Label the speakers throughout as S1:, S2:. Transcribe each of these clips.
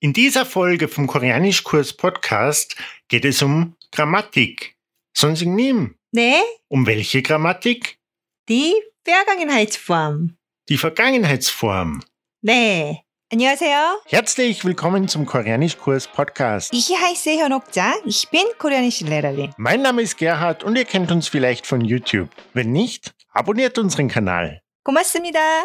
S1: In dieser Folge vom Koreanischkurs Podcast geht es um Grammatik. 선생님,
S2: 네,
S1: um welche Grammatik?
S2: die Vergangenheitsform.
S1: Die Vergangenheitsform.
S2: 네. 안녕하세요.
S1: Herzlich willkommen zum Koreanischkurs Podcast.
S2: Ich heiße 현옥자. Ich bin koreanische Lehrerin.
S1: Mein Name ist Gerhard und ihr kennt uns vielleicht von YouTube. Wenn nicht, abonniert unseren Kanal.
S2: 고맙습니다.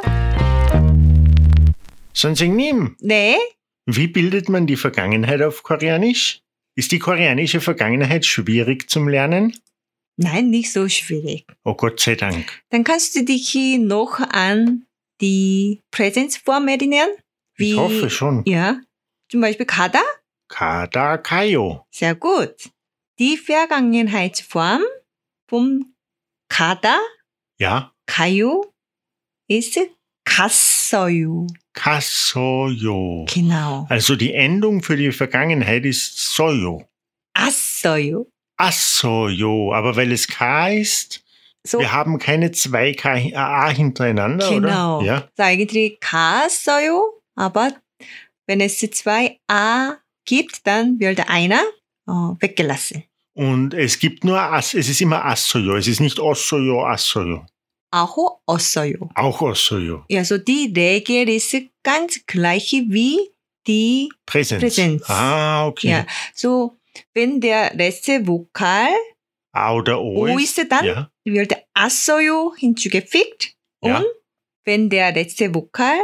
S1: 선생님,
S2: 네.
S1: wie bildet man die Vergangenheit auf Koreanisch? Ist die koreanische Vergangenheit schwierig zum Lernen?
S2: Nein, nicht so schwierig.
S1: Oh Gott sei Dank.
S2: Dann kannst du dich noch an die Präsenzform erinnern.
S1: Ich hoffe schon.
S2: Ja. Zum Beispiel 가다.
S1: Kada Kayo.
S2: Sehr gut. Die Vergangenheitsform vom 가다,
S1: Ja,
S2: 가요, ist 갔어요.
S1: Kasoyo.
S2: Genau.
S1: Also die Endung für die Vergangenheit ist Soyo.
S2: 갔어요.
S1: Asoyo. Aber weil es K ist,
S2: So,
S1: wir haben keine zwei K äh, A hintereinander,
S2: Genau.
S1: oder? Ja.
S2: so eigentlich 갔어요. Aber wenn es zwei A gibt, dann wird einer äh, weggelassen.
S1: Und es gibt nur As, es ist immer Asoyo. Es ist nicht Osoyo, Asoyo.
S2: 아호 없어요.
S1: Auch Osoyo.
S2: Also die Regel ist ganz gleich wie die
S1: Präsenz.
S2: Präsenz.
S1: Ah, okay.
S2: Ja. So, wenn der letzte Vokal
S1: A oder O,
S2: O ist dann,
S1: Ja.
S2: wird assoyo hinzugefügt.
S1: Ja.
S2: Und wenn der letzte Vokal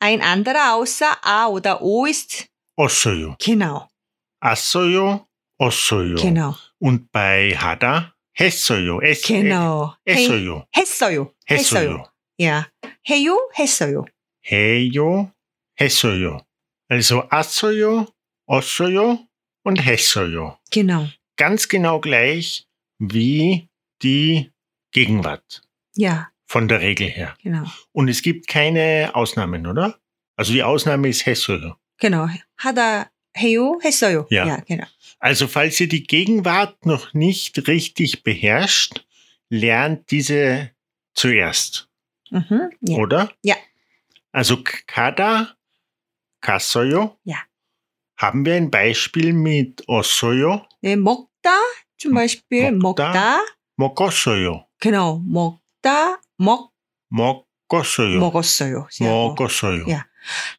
S2: ein anderer außer A oder O ist,
S1: Osoyo.
S2: genau,
S1: Asoyo, Osoyo.
S2: genau,
S1: Und bei Hada, Hesoyo. Es,
S2: genau.
S1: äh,
S2: 해-
S1: Esoyo.
S2: 했어요.
S1: Hesoyo.
S2: Ja. 해요, 했어요.
S1: Heyo, Hesoyo. Also Asoyo, Osoyo und Hesoyo.
S2: Genau.
S1: Ganz genau gleich wie die Gegenwart
S2: Ja,
S1: von der Regel her.
S2: genau.
S1: Und es gibt keine Ausnahmen, oder? Also die Ausnahme ist Hesoyo.
S2: genau. 하다, 해요, 했어요.
S1: Ja.
S2: ja genau.
S1: Also falls ihr die Gegenwart noch nicht richtig beherrscht, lernt diese zuerst,
S2: Mhm, ja.
S1: oder?
S2: Ja.
S1: Also K- Kada, Kasoyo.
S2: Ja.
S1: Haben wir ein Beispiel mit Osoyo,
S2: 네, 먹다, zum Beispiel
S1: 먹다.
S2: 어, 먹다.
S1: Mokosoyo,
S2: genau, 먹다, 먹,
S1: Mokosoyo,
S2: 먹었어요.
S1: Mokosoyo.
S2: Ja.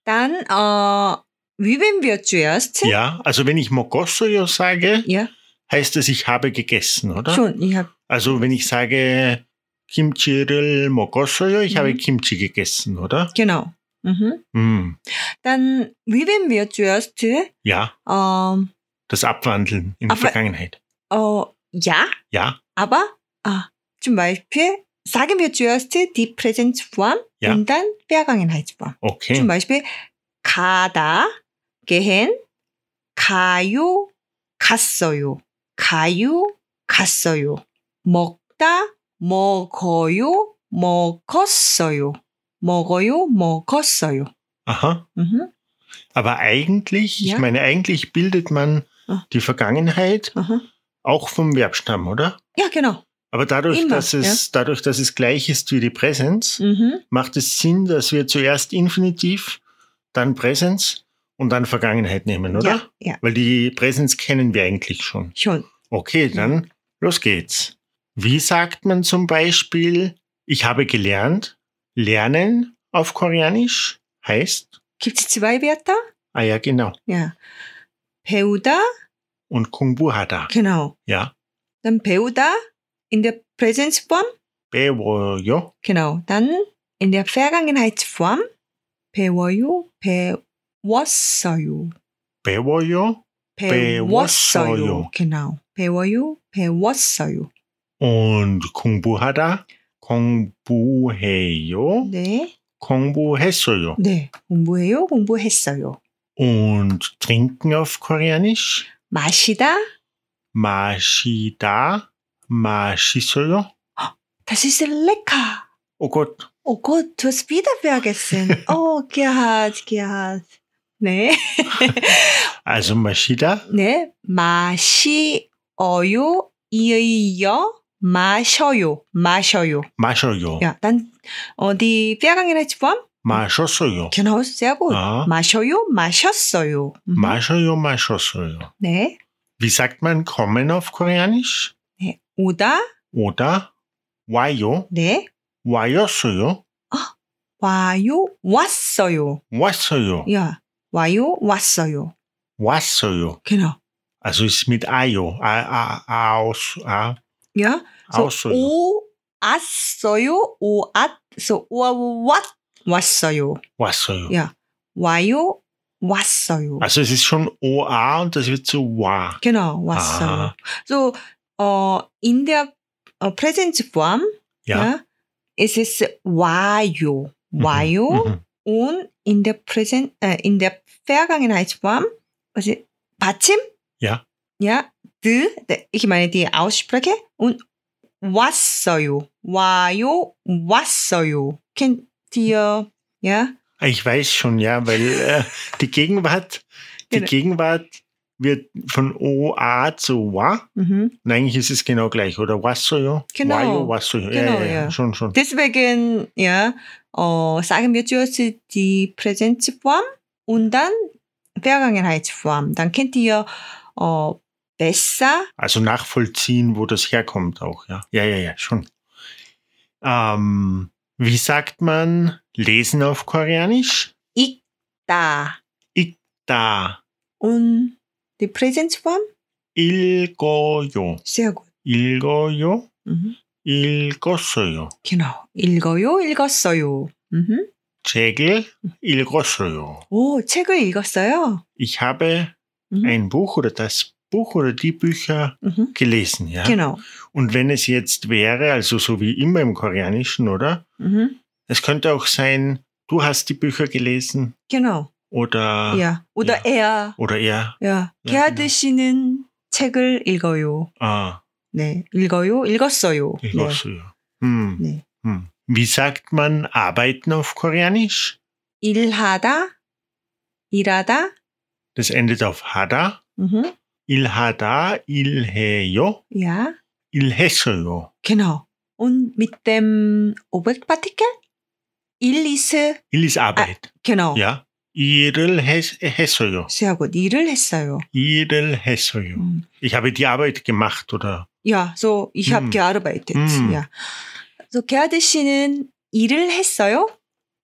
S2: Dann, äh, wie wenn wir zuerst,
S1: Ja, also wenn ich Mokosoyo sage,
S2: ja
S1: heißt es, ich habe gegessen, oder?
S2: schon, ich habe
S1: Also wenn ich sage Kimchi-를 먹었어요, ich
S2: Mhm.
S1: habe Kimchi gegessen, oder?
S2: Genau. Mhm.
S1: Hm.
S2: Dann, wie wenn wir zuerst, ähm,
S1: Ja,
S2: äh,
S1: das Abwandeln in der
S2: Aber-
S1: Vergangenheit.
S2: 어, ja,
S1: Ja,
S2: aber ah, zum Beispiel sagen wir zuerst die Präsenzform
S1: Ja.
S2: und dann Vergangenheitsform.
S1: okay.
S2: Zum Beispiel 가다, gehen, 가요, 갔어요. 가요, 갔어요. 먹다, 먹어요, 먹었어요. 먹어요, 먹었어요.
S1: Aha.
S2: Mhm.
S1: Aber eigentlich,
S2: Ja.
S1: ich meine, eigentlich bildet man
S2: Ah.
S1: die Vergangenheit
S2: Aha.
S1: auch vom Verbstamm, oder?
S2: Ja, genau.
S1: Aber dadurch,
S2: Immer,
S1: dass es, dadurch, dass es gleich ist wie die Präsens,
S2: Mhm.
S1: macht es Sinn, dass wir zuerst Infinitiv, dann Präsens und dann Vergangenheit nehmen, oder?
S2: Ja, ja,
S1: Weil die Präsens kennen wir eigentlich schon.
S2: schon.
S1: Okay,
S2: Mhm.
S1: dann los geht's. Wie sagt man zum Beispiel, ich habe gelernt? Lernen auf Koreanisch heißt,
S2: Gibt es zwei Wörter?
S1: ah ja, genau,
S2: Ja. 배우다,
S1: und 공부하다.
S2: genau.
S1: Ja,
S2: Dann 배우다 in der Präsenzform,
S1: 배워요,
S2: genau. Dann in der Vergangenheitsform, 배워요, 배웠어요.
S1: 배워요. 배웠어요.
S2: Genau. 배워요, 배웠어요.
S1: Und 공부하다, 공부해요,
S2: 네.
S1: 공부했어요.
S2: 네. 공부해요, 공부했어요.
S1: Und trinken auf Koreanisch,
S2: 마시다,
S1: 마시다, 마시소요.
S2: das ist lecker.
S1: Oh Gott,
S2: Oh Gott, du hast wieder vergessen. Oh, Gerhard, Gerhard. 네.
S1: also 마시다,
S2: 네, 마시어요, 이어, 마셔요, 마셔요.
S1: 마셔요.
S2: 야, 난, 어, die Vergangenheitsform,
S1: 마셨어요.
S2: Genau, sehr gut.
S1: 아,
S2: 마셔요, 마셨어요. 음.
S1: 마셔요, 마셨어요.
S2: 네.
S1: Wie sagt man kommen auf Koreanisch?
S2: 오다,
S1: Oder 와요,
S2: 네.
S1: 와였어요,
S2: 와요, 왔어요.
S1: 왔어요,
S2: Ja, 와요, 왔어요.
S1: 왔어요.
S2: Genau.
S1: Also ist mit ayo, a, a, a, aus, a,
S2: Ja, so
S1: aus어요,
S2: 오, 왔어요, 오, 앗, so 오, 왔, 왔어요.
S1: 왔어요.
S2: Ja, 와요, 왔어요.
S1: Also es ist schon oa und das wird zu wa. Ah.
S2: Genau,
S1: 아.
S2: 왔어요. So, 어, in der äh, Präsenzform,
S1: Ja.
S2: ja, es ist 와요, 와요.
S1: Mhm.
S2: Und in der Präsen äh, in der Vergangenheitsform, also 받침?
S1: Ja.
S2: Ja, 드, 네, ich meine die Aussprache und 왔어요. 와요, 왔어요. Kennt ihr, ja?
S1: Ich weiß schon, ja, weil äh, die Gegenwart, die
S2: Genau.
S1: Gegenwart wird von oa zu wa.
S2: Mhm.
S1: Und eigentlich ist es genau gleich, oder wassoyo,
S2: Genau.
S1: wayo, wassoyo.
S2: Genau,
S1: ja, ja,
S2: ja.
S1: ja, schon, schon.
S2: Deswegen, ja, äh, sagen wir zuerst die Präsenzform und dann Vergangenheitsform. Dann kennt ihr äh, besser.
S1: Also nachvollziehen, wo das herkommt auch, ja. Ja, ja, ja, schon. Ähm, wie sagt man lesen auf Koreanisch?
S2: Da.
S1: Da.
S2: Und die Präsenzform?
S1: 읽어요.
S2: Sehr gut.
S1: 읽어요.
S2: Mhm.
S1: 읽었어요.
S2: Genau. 읽어요, 읽었어요. Mhm.
S1: 책을 읽었어요.
S2: 오, 책을 읽었어요.
S1: Ich habe
S2: Mhm.
S1: ein Buch oder das Buch oder die Bücher
S2: Mhm.
S1: gelesen, ja.
S2: Genau.
S1: Und wenn es jetzt wäre, also so wie immer im Koreanischen, oder?
S2: Mhm.
S1: Es könnte auch sein, du hast die Bücher gelesen
S2: Genau.
S1: oder
S2: Ja. Oder er.
S1: oder er.
S2: Ja.
S1: Ja,
S2: 게하드
S1: genau.
S2: 씨는 책을 읽어요.
S1: Ah,
S2: 네. 읽어요, 읽었어요.
S1: ich
S2: 네.
S1: weiß, ja. Hm.
S2: Nee.
S1: Hm. Wie sagt man arbeiten auf Koreanisch?
S2: 일하다, 일하다,
S1: Das endet auf hada.
S2: mhm.
S1: Ilhada, ilheyo,
S2: ja,
S1: ilhesoyo.
S2: genau. Und mit dem Objektpartikel 일 ist,
S1: Il ist Arbeit.
S2: genau.
S1: Ja. Irel hes- hesoyo.
S2: sehr gut. 일을 했어요.
S1: Irel hesoyo.
S2: 음.
S1: Ich habe die Arbeit gemacht, oder?
S2: Ja, so ich habe
S1: 음.
S2: gearbeitet.
S1: 음.
S2: Ja. So 게하드 씨는 일을 했어요.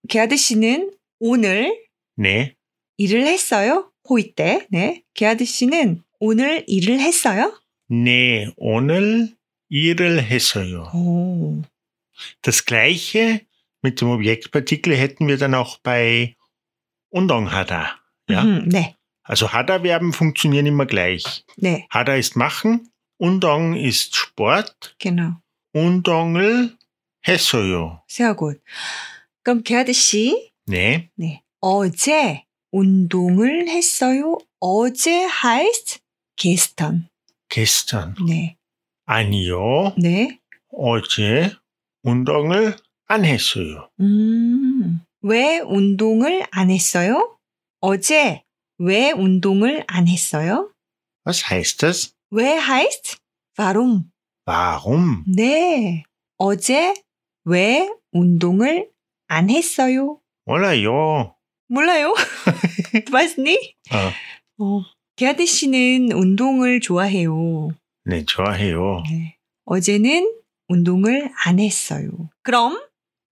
S2: 게하드 씨는 오늘
S1: Nee.
S2: 일을 했어요. 호이 때. 네. 게하드 씨는 오늘 일을 했어요.
S1: Nee, onel, irel hesoyo.
S2: 오.
S1: Das gleiche mit dem Objektpartikel hätten wir dann auch bei Undong Hada. Ja.
S2: 음, 네.
S1: Also Hada-Verben funktionieren immer gleich.
S2: 네.
S1: Hada ist machen, Undong ist Sport,
S2: genau.
S1: Undongel hesoyo.
S2: sehr gut. 그럼 게하드 씨
S1: Nee.
S2: 네. 어제 운동을 했어요. 어제 heißt gestern.
S1: gestern.
S2: 네.
S1: 아니요,
S2: 네.
S1: 어제 운동을 안 했어요.
S2: 음. 왜 운동을 안 했어요? 어제 왜 운동을 안 했어요?
S1: Was heißt das?
S2: 왜 heißt warum?
S1: Warum?
S2: 네. 어제 왜 운동을 안 했어요?
S1: 몰라요.
S2: 몰라요? 맞니?
S1: 아,
S2: 어. 게아드 씨는 운동을 좋아해요.
S1: 네, 좋아해요.
S2: 네. 어제는 운동을 안 했어요. 그럼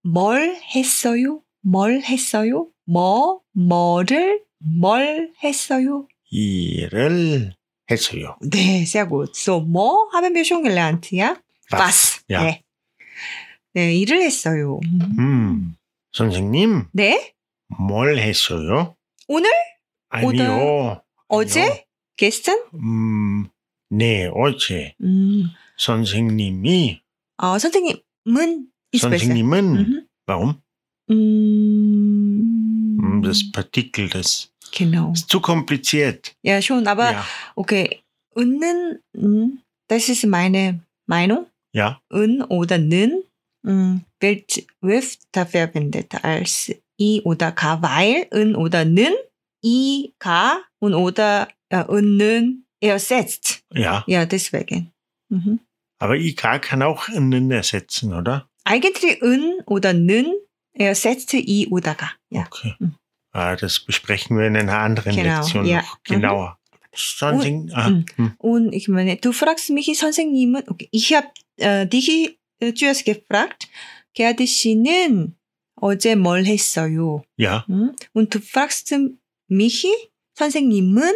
S2: 뭘 했어요? 뭘 했어요? 뭐, 뭐를, 뭘 했어요?
S1: 일을 했어요.
S2: 네, sehr gut. So, 뭐 하면 몇 schon gelernt, ja? Was.
S1: 야.
S2: 네. 네, 일을 했어요.
S1: 음, 선생님,
S2: 네,
S1: 뭘 했어요?
S2: 오늘?
S1: 아니요.
S2: 어제? gestern?
S1: 음, 네, 어제.
S2: 음,
S1: 선생님이,
S2: 어, 선생님은 ist besser.
S1: 선생님은,
S2: Mhm.
S1: warum?
S2: 음,
S1: Hm, Das Partikel, das
S2: genau.
S1: ist zu kompliziert.
S2: Ja, schon, aber
S1: ja.
S2: Okay, 은는 음, das ist meine Meinung.
S1: ja,
S2: 은 oder 는 음, wird öfter verwendet als i oder ka, weil 은 oder 는 i, ka und oder äh, 은는 ersetzt.
S1: ja.
S2: Ja, deswegen. Mhm.
S1: Aber IK kann auch einen ersetzen, oder?
S2: Eigentlich 은 oder 는 ersetzte I oder K. Ja.
S1: Okay.
S2: Mhm.
S1: Ah, das besprechen wir in einer anderen
S2: Genau,
S1: Lektion
S2: ja.
S1: noch genauer. Sonst, ah,
S2: 음.
S1: hm.
S2: Und ich meine, du fragst mich, 선생님은, okay, ich habe äh, dich äh, zuerst gefragt, Gerd 씨는 어제 뭘 했어요?
S1: ja,
S2: 음? Und du fragst mich, 선생님은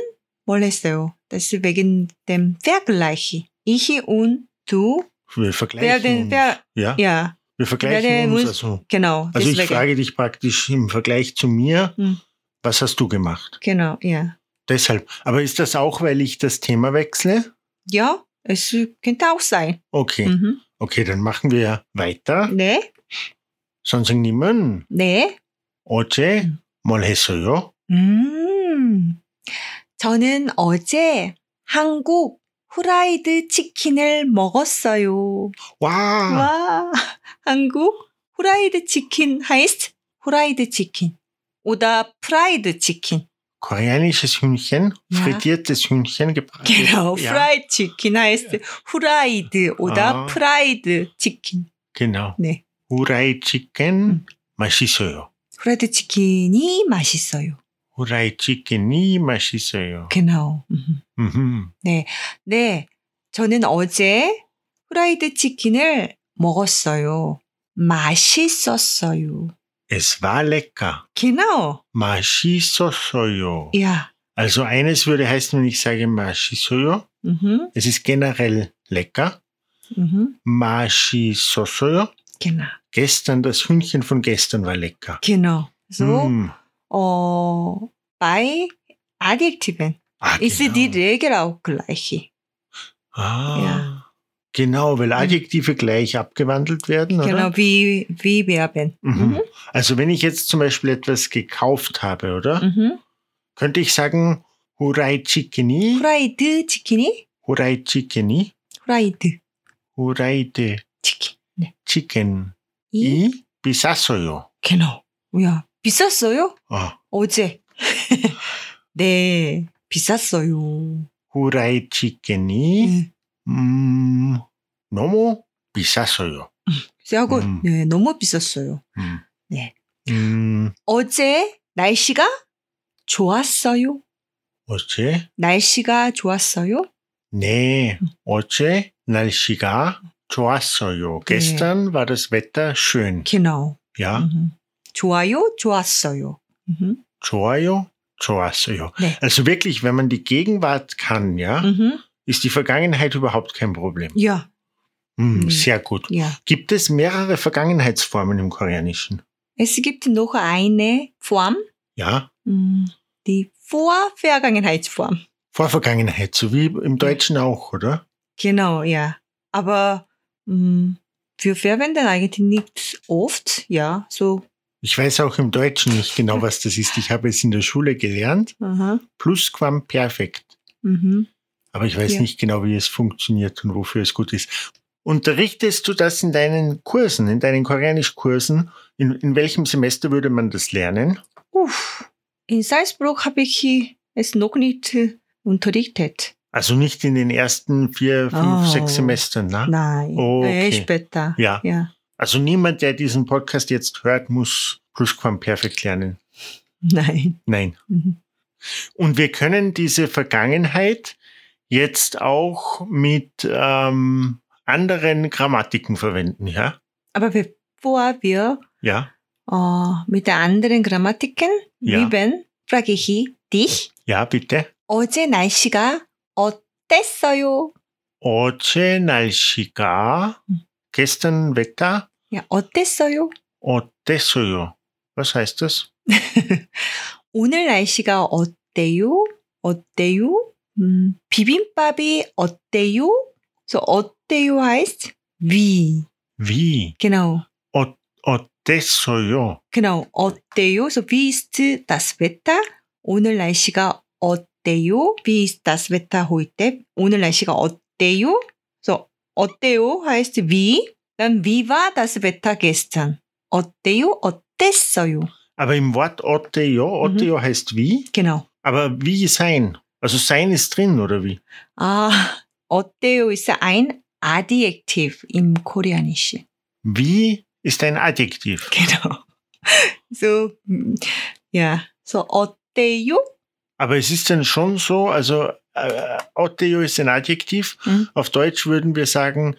S2: 뭘 했어요? Das ist wegen dem Vergleich. Ich und du
S1: wir
S2: werden,
S1: vergleichen.
S2: ver,
S1: ja,
S2: ja,
S1: wir
S2: wer
S1: vergleichen
S2: den
S1: uns.
S2: muss-
S1: Also,
S2: genau.
S1: also ich
S2: deswegen.
S1: frage dich praktisch im Vergleich zu mir,
S2: Mhm.
S1: was hast du gemacht?
S2: Genau, ja.
S1: Deshalb. Aber ist das auch, weil ich das Thema wechsle?
S2: Ja, es könnte auch sein.
S1: Okay.
S2: Mhm.
S1: Okay, dann machen wir weiter.
S2: 네,
S1: 선생님은
S2: 네.
S1: 어제
S2: 음.
S1: 뭘 했어요?
S2: 음, 저는 어제 한국 후라이드 치킨을 먹었어요.
S1: 와,
S2: 와, 한국 후라이드 치킨 heißt 후라이드 치킨 oder 프라이드 치킨.
S1: koreanisches Hühnchen,
S2: Ja.
S1: frittiertes Hühnchen gebraten.
S2: Genau,
S1: ja,
S2: 프라이드 치킨 heißt 후라이드
S1: 아.
S2: oder 프라이드 치킨.
S1: genau.
S2: 네,
S1: 후라이 치킨
S2: 음.
S1: 맛있어요.
S2: 후라이드 치킨이 맛있어요.
S1: 후라이 치킨이 맛있어요.
S2: Genau. 음.
S1: Mhm.
S2: 네, 저는 어제 후라이드 치킨을 먹었어요. 맛있었어요.
S1: Es war lecker.
S2: Genau.
S1: 맛있었어요.
S2: Ja.
S1: Also eines würde heißen, wenn ich sage 맛있어요,
S2: Mhm,
S1: es ist generell lecker.
S2: mhm.
S1: 맛있었어요.
S2: Genau.
S1: Gestern, das Hühnchen von gestern war lecker.
S2: Genau. So,
S1: Mm.
S2: 어, bei Adjektiven
S1: Ah,
S2: ist
S1: genau.
S2: die Regel auch gleich.
S1: Ah,
S2: Ja.
S1: Genau, weil
S2: Mhm.
S1: Adjektive gleich abgewandelt werden,
S2: Genau
S1: oder?
S2: wie, wie Verben.
S1: Mhm. Also wenn ich jetzt zum Beispiel etwas gekauft habe, oder?
S2: Mhm.
S1: Könnte ich sagen, Hurai Chikini,
S2: 후라이드 치킨이
S1: Hurai Chikini,
S2: 후라이드
S1: Hurai de
S2: 치킨. 네.
S1: Chicken
S2: 이,
S1: i bisasoyo.
S2: genau. 야, 비쌌어요?
S1: Ah,
S2: 어제. 네, 비쌌어요.
S1: Hurai Chikini,
S2: 네.
S1: mm, nomo bisasoyo.
S2: 하고
S1: 음.
S2: 네, 너무 비쌌어요.
S1: Mm.
S2: 네.
S1: Mm,
S2: 어제 날씨가 좋았어요.
S1: 어째?
S2: 날씨가 좋았어요.
S1: Nee, 어제 날씨가 좋았어요. Gestern war das Wetter schön.
S2: Genau.
S1: Ja,
S2: Mhm. 좋아요, 좋았어요. Mhm.
S1: 좋아요, 좋았어요.
S2: 네.
S1: Also wirklich, wenn man die Gegenwart kann, ja,
S2: Mhm.
S1: ist die Vergangenheit überhaupt kein Problem.
S2: Ja,
S1: Hm,
S2: Mhm.
S1: Sehr gut.
S2: ja.
S1: Gibt es mehrere Vergangenheitsformen im Koreanischen?
S2: Es gibt noch eine Form,
S1: Ja,
S2: 음, die Vorvergangenheitsform.
S1: Vorvergangenheit, so wie im Deutschen auch, oder?
S2: Genau, ja. Aber 음, wir verwenden eigentlich nicht oft, ja, so.
S1: Ich weiß auch im Deutschen nicht genau, was das ist. Ich habe es in der Schule gelernt.
S2: Aha.
S1: Plusquamperfekt.
S2: Mhm.
S1: Aber ich weiß
S2: Ja.
S1: nicht genau, wie es funktioniert und wofür es gut ist. Unterrichtest du das in deinen Kursen, in deinen Koreanischkursen? In, in welchem Semester würde man das lernen?
S2: Uff, in Salzburg habe ich es noch nicht äh, unterrichtet.
S1: Also nicht in den ersten vier, fünf,
S2: Oh.
S1: sechs Semestern, ne?
S2: Nein,
S1: Oh, Okay.
S2: äh, später.
S1: Ja.
S2: Ja,
S1: Also niemand, der diesen Podcast jetzt hört, muss Plusquamperfekt lernen.
S2: nein.
S1: Nein.
S2: Mhm.
S1: Und wir können diese Vergangenheit jetzt auch mit ähm, anderen Grammatiken verwenden, ja?
S2: Aber bevor wir
S1: Ja,
S2: äh, mit der anderen Grammatiken
S1: Ja.
S2: üben, frage ich dich,
S1: ja, bitte.
S2: 어제 날씨가 어땠어요?
S1: 어제 날씨가
S2: 음.
S1: gestern Wetter
S2: Ja, 어땠어요?
S1: 어땠어요? Was heißt das?
S2: 오늘 날씨가 어때요? 어때요? 음, 비빔밥이 어때요? So, 어때요 heißt wie.
S1: Wie?
S2: Genau.
S1: 어땠어요?
S2: 그럼 어때요? So, wie ist das Wetter? 오늘 날씨가 어때요? Wie ist das Wetter heute? 오늘 날씨가 어때요? So, 어때요? heißt wie. Dann wie war das Wetter gestern? 어때요? 어땠어요?
S1: Aber im Wort 어때요, 어때요 heißt wie,
S2: Genau.
S1: aber wie sein? Also sein ist drin, oder wie?
S2: 아, 어때요 ist ein Adjektiv im Koreanischen.
S1: Wie ist ein Adjektiv.
S2: Genau. So, mm, ja, so 어때요?
S1: Aber es ist dann schon so, also äh, Otteo ist ein Adjektiv.
S2: Mhm.
S1: Auf Deutsch würden wir sagen,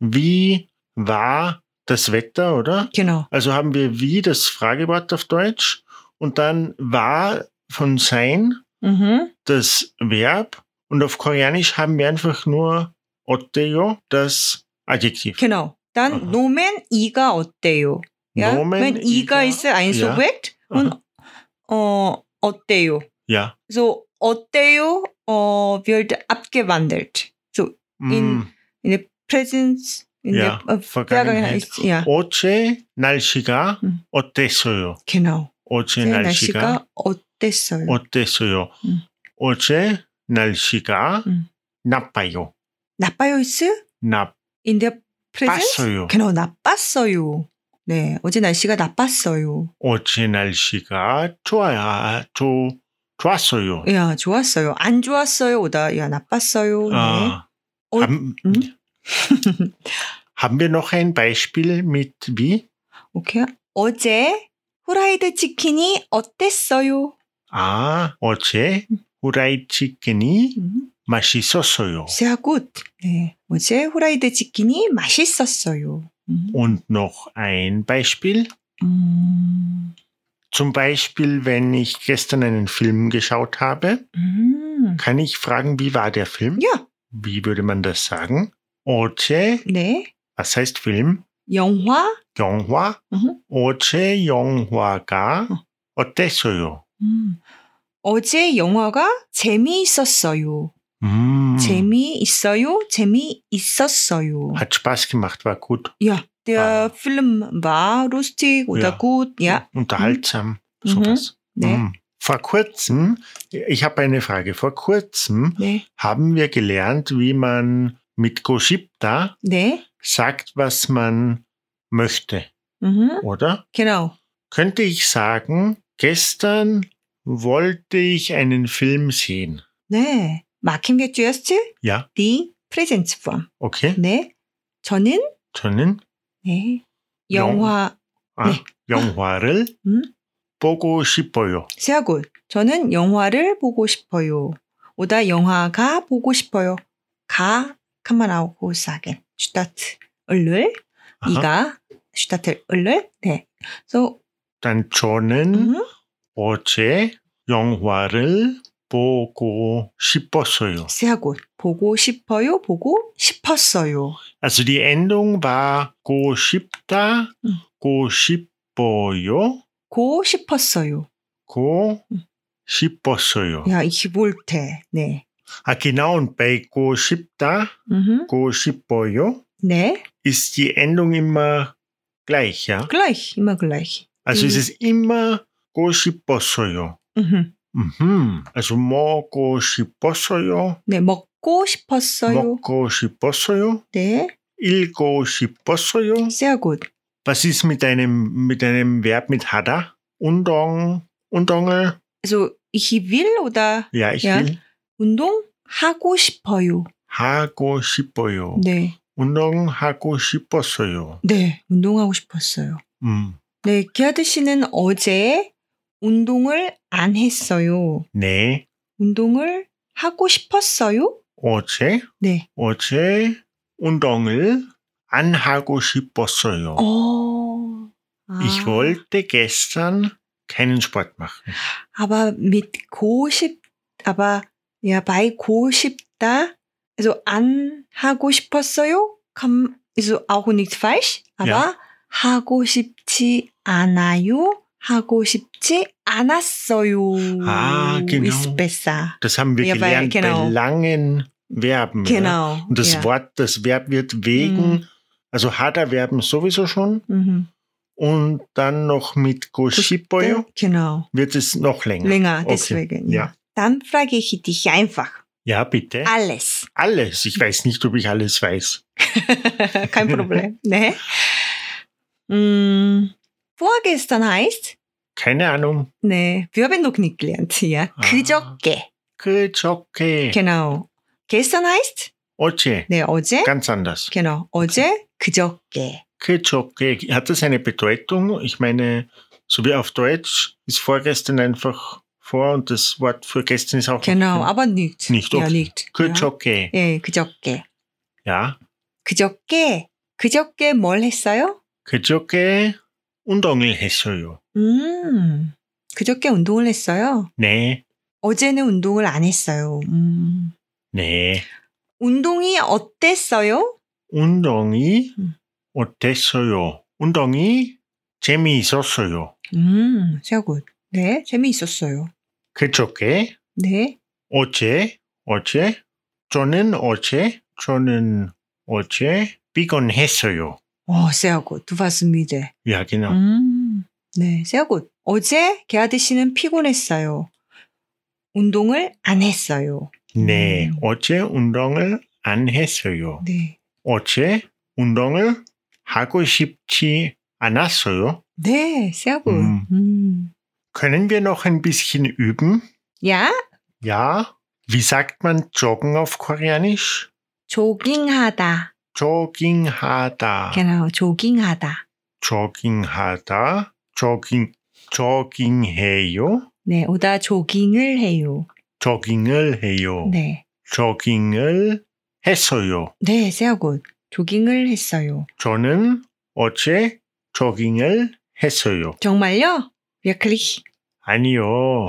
S1: wie war das Wetter, oder?
S2: Genau.
S1: Also haben wir wie das Fragewort auf Deutsch und dann war von sein
S2: Mhm.
S1: das Verb und auf Koreanisch haben wir einfach nur Otteo, das Adjektiv.
S2: Genau. Dann
S1: Aha.
S2: Nomen 이가 어때요? Ja?
S1: Nomen,
S2: Wenn 이가
S1: 이가.
S2: ist
S1: Ja.
S2: ein Subjekt und 어, 어때요?
S1: Ja.
S2: So 어때요? 어, wird abgewandelt. So In-
S1: Mm.
S2: in the presence in
S1: Ja,
S2: the äh,
S1: Vergangenheit.
S2: Vergangenheit. Ja,
S1: 어제 날씨가
S2: 음.
S1: 어땠어요?
S2: genau.
S1: 어제
S2: 제
S1: 날씨가
S2: 날씨가 어땠어요?
S1: 어땠어요?
S2: 음.
S1: 어제 날씨가
S2: 음.
S1: 나빠요.
S2: 나빠요 있어? In the presence?
S1: 나빴어요.
S2: genau, 나빴어요. 네, 어제 날씨가 나빴어요.
S1: 어제 날씨가 좋아, 좋, 좋았어요.
S2: 야, 좋았어요. 안 좋았어요. 오다. 야, 나빴어요. 네.
S1: 아,
S2: 어,
S1: haben,
S2: 음?
S1: haben wir noch ein Beispiel mit wie?
S2: 오케이. 어제 후라이드 치킨이 어땠어요?
S1: 아, 어제 후라이 치킨이
S2: 음,
S1: 맛있었어요.
S2: sehr good. 네, 어제 후라이드 치킨이 맛있었어요. 음.
S1: Und noch ein Beispiel.
S2: 음.
S1: Zum Beispiel, wenn ich gestern einen Film geschaut habe,
S2: 음.
S1: kann ich fragen, wie war der Film?
S2: 야,
S1: Wie würde man das sagen? 어제,
S2: 네.
S1: was heißt Film?
S2: 영화?
S1: 영화.
S2: Mhm. Hm.
S1: 어제 영화가 어땠어요?
S2: 음. 어제 영화가 재미있었어요.
S1: 음,
S2: 재미있어요. 재미있었어요.
S1: Hat Spaß gemacht, war gut.
S2: 야, 네.
S1: 아.
S2: der Film war lustig
S1: Ja.
S2: oder gut. Ja,
S1: Unterhaltsam,
S2: Mhm.
S1: sowas.
S2: 네.
S1: Mhm. Vor kurzem, ich habe eine Frage. Vor kurzem
S2: 네.
S1: haben wir gelernt, wie man mit Goshipta
S2: 네.
S1: sagt, was man möchte,
S2: 음.
S1: oder?
S2: Genau.
S1: könnte ich sagen, gestern wollte ich einen Film sehen.
S2: 네. 마킹 게 주였지?
S1: Ja,
S2: The present form.
S1: okay.
S2: 네. 저는
S1: 저는
S2: 네. 영화
S1: 아,
S2: 네.
S1: 영화를
S2: 음?
S1: 보고 싶어요.
S2: 세아고 저는 영화를 보고 싶어요. 오다 영화가 보고 싶어요. 가 칸만하고 사겐 슈타트 얼른
S1: 아하.
S2: 이가 슈타트 얼른 네. So
S1: Dann 저는
S2: 음,
S1: 어제 영화를 보고 싶었어요.
S2: 세아고 보고 싶어요. 보고 싶었어요.
S1: Also die Endung war go 싶다,
S2: 음.
S1: go 싶어요,
S2: 고 싶었어요.
S1: go
S2: 음.
S1: 싶었어요.
S2: 야 이게 뭘테 네.
S1: Ah genau, und bei go 싶다,
S2: 음,
S1: go 싶어요
S2: 네.
S1: ist die Endung immer gleich, ja?
S2: Gleich immer gleich.
S1: Also
S2: Mhm.
S1: es ist immer 고시버서요.
S2: 음,
S1: Mhm. Also 먹고 싶었어요,
S2: 네 먹고 싶었어요.
S1: 먹고 싶었어요,
S2: 네.
S1: 읽고 싶었어요.
S2: 세아고
S1: Was ist mit einem, mit einem Verb mit 하다? 운동, 운동을,
S2: So ich will oder
S1: ja, ich
S2: Ja.
S1: will.
S2: 운동 하고 싶어요.
S1: 하고 싶어요.
S2: 네.
S1: 운동하고 싶었어요.
S2: 네, 운동하고 싶었어요.
S1: 음.
S2: 네, 기아드 씨는 어제 운동을 안 했어요.
S1: 네,
S2: 운동을 하고 싶었어요?
S1: 어제,
S2: 네.
S1: 어제 운동을 안 하고 싶었어요.
S2: Oh. 어. 아,
S1: Ich wollte gestern keinen Sport machen.
S2: aber mit 고십, aber ja, bei 고십다, also 안 하고 싶었어요? Kann, also auch nicht falsch, aber
S1: Ja.
S2: 하고 싶지 않아요? 하고 싶지 않았어요.
S1: Ah, genau.
S2: Ist besser.
S1: Das haben wir
S2: Ja, weil-
S1: gelernt bei
S2: genau.
S1: langen Verben. Ja?
S2: Genau.
S1: 네. Und das
S2: ja.
S1: Wort, das Verb wird wegen, also hat er Verben sowieso schon
S2: Mhm.
S1: und dann noch mit Goshipoyo
S2: Genau.
S1: wird es noch länger.
S2: Länger,
S1: Okay.
S2: deswegen.
S1: Ja.
S2: Dann frage ich dich einfach
S1: Ja, bitte.
S2: alles.
S1: Alles. Ich weiß nicht, ob ich alles weiß.
S2: Kein Problem. ne? Mm, vorgestern heißt,
S1: Keine Ahnung.
S2: ne, wir haben noch nicht gelernt. Ja.
S1: Ah.
S2: 그저께.
S1: Gut, okay.
S2: Genau. Gestern heißt,
S1: Oce.
S2: ne, 어제.
S1: Ganz anders.
S2: Genau. 어제, 그저께.
S1: Gut, okay. Hat das eine Bedeutung? Ich meine, So wie auf Deutsch ist vorgestern einfach vor und das Wort für gestern ist auch
S2: genau, aber nicht.
S1: Nicht,
S2: ja,
S1: okay.
S2: nicht. 야.
S1: 그저께.
S2: 예, 그저께.
S1: Ja.
S2: 그저께, 그저께 뭘 했어요?
S1: 그저께 운동을 했어요.
S2: 음, 그저께 운동을 했어요.
S1: 네.
S2: 어제는 운동을 안 했어요. 음.
S1: 네.
S2: 운동이 어땠어요?
S1: 운동이
S2: 음.
S1: 어땠어요? 운동이 재미있었어요.
S2: 음, 세굿. 네, 재미있었어요.
S1: 그저께
S2: 네,
S1: 어제 어제 저는 어제 저는 어제 비건했어요.
S2: 어, 세굿. 두 봤습니다.
S1: 야, genau.
S2: 음, 네, 세굿. 어제 개아드 씨는 피곤했어요. 운동을 안 했어요.
S1: 네,
S2: 음.
S1: 어제 운동을 안 했어요.
S2: 네,
S1: 어제 운동을 하고 싶지 않았어요.
S2: 네, 세굿.
S1: 음.
S2: 음.
S1: Können wir noch ein bisschen üben?
S2: 야,
S1: Ja. Wie sagt man joggen auf Koreanisch?
S2: 조깅하다.
S1: Jogging하다.
S2: genau, 조깅하다.
S1: Jogging하다. Jogging, jogging해요.
S2: 네, 오다 조깅을 해요.
S1: Jogging을 해요.
S2: 네.
S1: Jogging을 했어요.
S2: 네, 세아굿. 조깅을 했어요.
S1: 저는 어제 jogging을 했어요.
S2: 정말요? wirklich?
S1: 아니요.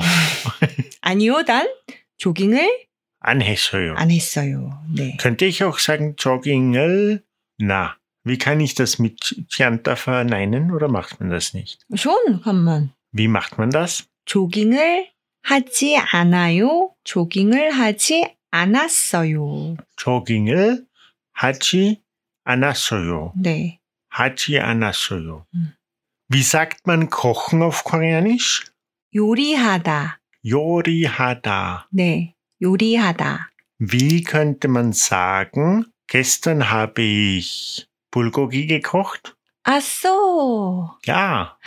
S2: 아니요, 단 조깅을
S1: 안 했어요.
S2: 안 했어요. 네.
S1: Könnte ich auch sagen Joggingel? Na, wie kann ich das mit Chianta verneinen oder macht man das nicht?
S2: schon, 잠깐만.
S1: Wie macht man das?
S2: 조깅을 하지 않아요. 조깅을 하지 않았어요.
S1: Joggingel äh, hachi anasoyo.
S2: 네.
S1: Hachi anasoyo.
S2: Hm.
S1: Wie sagt man kochen auf Koreanisch?
S2: 요리하다.
S1: Yorihada.
S2: 네. 요리하다.
S1: Wie könnte man sagen, gestern habe ich Bulgogi gekocht?
S2: 아쏘.
S1: Ja,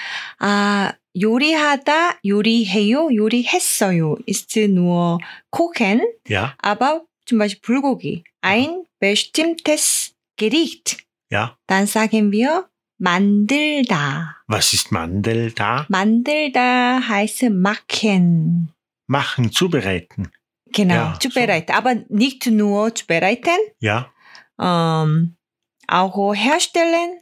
S2: 아, 요리하다, 요리해요, 요리했어요. ist nur kochen,
S1: ja,
S2: aber zum Beispiel 불고기. ein bestimmtes Gericht.
S1: ja.
S2: Dann sagen wir 만들다.
S1: Was ist Mandel da?
S2: 만들다 heißt machen.
S1: Machen, zubereiten.
S2: Genau,
S1: Ja,
S2: zubereiten. Aber nicht nur zubereiten,
S1: Ja,
S2: ähm, auch herstellen.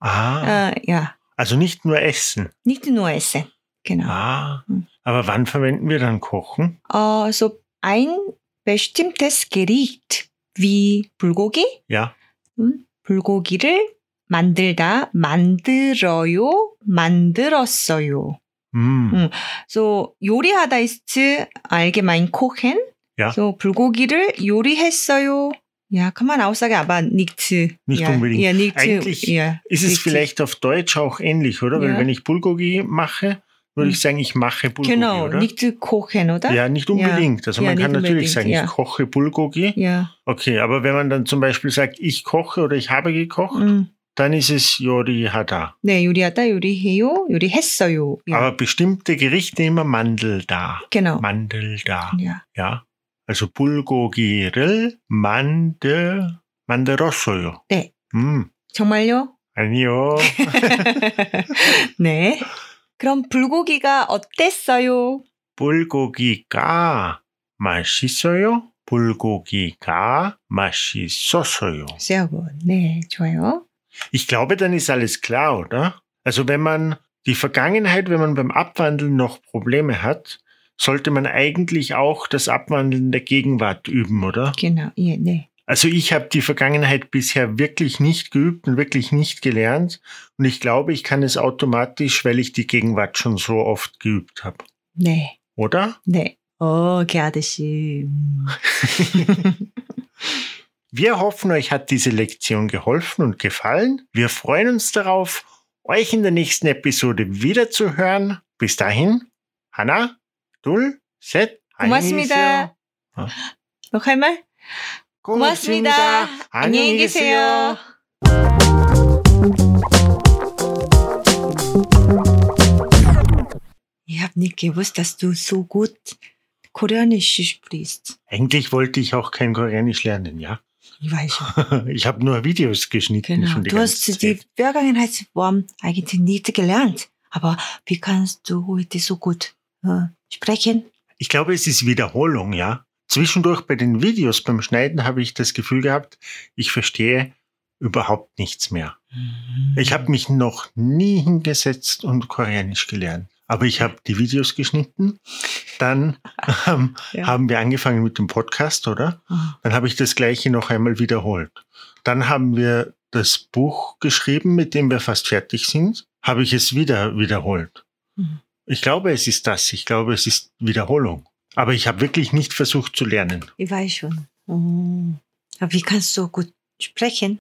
S1: Ah,
S2: Äh, ja,
S1: also nicht nur essen.
S2: nicht nur essen. Genau.
S1: Ah,
S2: Hm.
S1: aber wann verwenden wir dann kochen?
S2: 어, so ein bestimmtes Gericht wie 불고기,
S1: Ja,
S2: 음, 불고기를 만들다, 만들어요, 만들었어요.
S1: mm.
S2: 음. So 요리하다 ist allgemein kochen.
S1: Ja.
S2: So 불고기를 요리했어요. Ja, kann man auch sagen, aber nicht.
S1: Nicht
S2: ja,
S1: unbedingt.
S2: Ja, nicht.
S1: Eigentlich
S2: ja,
S1: ist es
S2: nicht-
S1: vielleicht auf Deutsch auch ähnlich, oder? Weil
S2: Ja. Hm.
S1: wenn ich Bulgogi mache, würde ich sagen, ich mache Bulgogi,
S2: Genau,
S1: oder?
S2: nicht kochen, oder?
S1: ja, nicht unbedingt. Also
S2: Ja,
S1: man kann
S2: nicht
S1: natürlich sagen,
S2: unbedingt, ja.
S1: ich koche Bulgogi.
S2: Ja.
S1: Okay, aber wenn man dann zum Beispiel sagt, ich koche oder ich habe gekocht,
S2: 음.
S1: dann ist es Yori Hada.
S2: 네, 요리하다, 요리해요, 요리했어요. Ja.
S1: Aber bestimmte Gerichte immer Mandel da.
S2: genau.
S1: Mandel da.
S2: ja.
S1: Ja. Also bulgo기를 만들 만들었어요.
S2: 네.
S1: 음.
S2: 정말요?
S1: 아니요.
S2: 네. 그럼 불고기가 어땠어요?
S1: 불고기가 맛있어요. 불고기가 맛있었어요.
S2: sehr gut. 네, 좋아요.
S1: Ich glaube, dann ist alles klar, oder? Also wenn man die Vergangenheit, wenn man beim Abwandeln noch Probleme hat, sollte man eigentlich auch das Abwandeln der Gegenwart üben, oder?
S2: genau. 예, 네.
S1: Also ich habe die Vergangenheit bisher wirklich nicht geübt und wirklich nicht gelernt. Und ich glaube, ich kann es automatisch, weil ich die Gegenwart schon so oft geübt habe.
S2: 네,
S1: Oder?
S2: 네. 어, 개 아저씨. 음.
S1: Wir hoffen, euch hat diese Lektion geholfen und gefallen. Wir freuen uns darauf, euch in der nächsten Episode wieder zu hören. Bis dahin, Hanna, Dul, Set,
S2: 고맙습니다. 너 할 말? 고맙습니다. 안녕히 계세요. Ich habe nicht gewusst, dass du so gut Koreanisch sprichst.
S1: Eigentlich wollte ich auch kein Koreanisch lernen, ja.
S2: Ich weiß schon.
S1: Ich habe nur Videos geschnitten
S2: Genau.
S1: schon die
S2: Du
S1: ganze
S2: hast
S1: Zeit.
S2: die Vergangenheitsform eigentlich nicht gelernt. Aber wie kannst du heute so gut äh, sprechen?
S1: Ich glaube, es ist Wiederholung, ja. Zwischendurch bei den Videos beim Schneiden habe ich das Gefühl gehabt, ich verstehe überhaupt nichts mehr.
S2: Mhm.
S1: Ich habe mich noch nie hingesetzt und Koreanisch gelernt. Aber ich habe die Videos geschnitten. Dann ähm,
S2: Ja.
S1: haben wir angefangen mit dem Podcast, oder? Dann habe ich das gleiche noch einmal wiederholt. Dann haben wir das Buch geschrieben, mit dem wir fast fertig sind. Habe ich es wieder wiederholt.
S2: Mhm.
S1: Ich glaube, es ist das. Ich glaube, es ist Wiederholung. Aber ich habe wirklich nicht versucht zu lernen.
S2: Ich weiß schon. Mhm. Aber wie kannst du gut sprechen?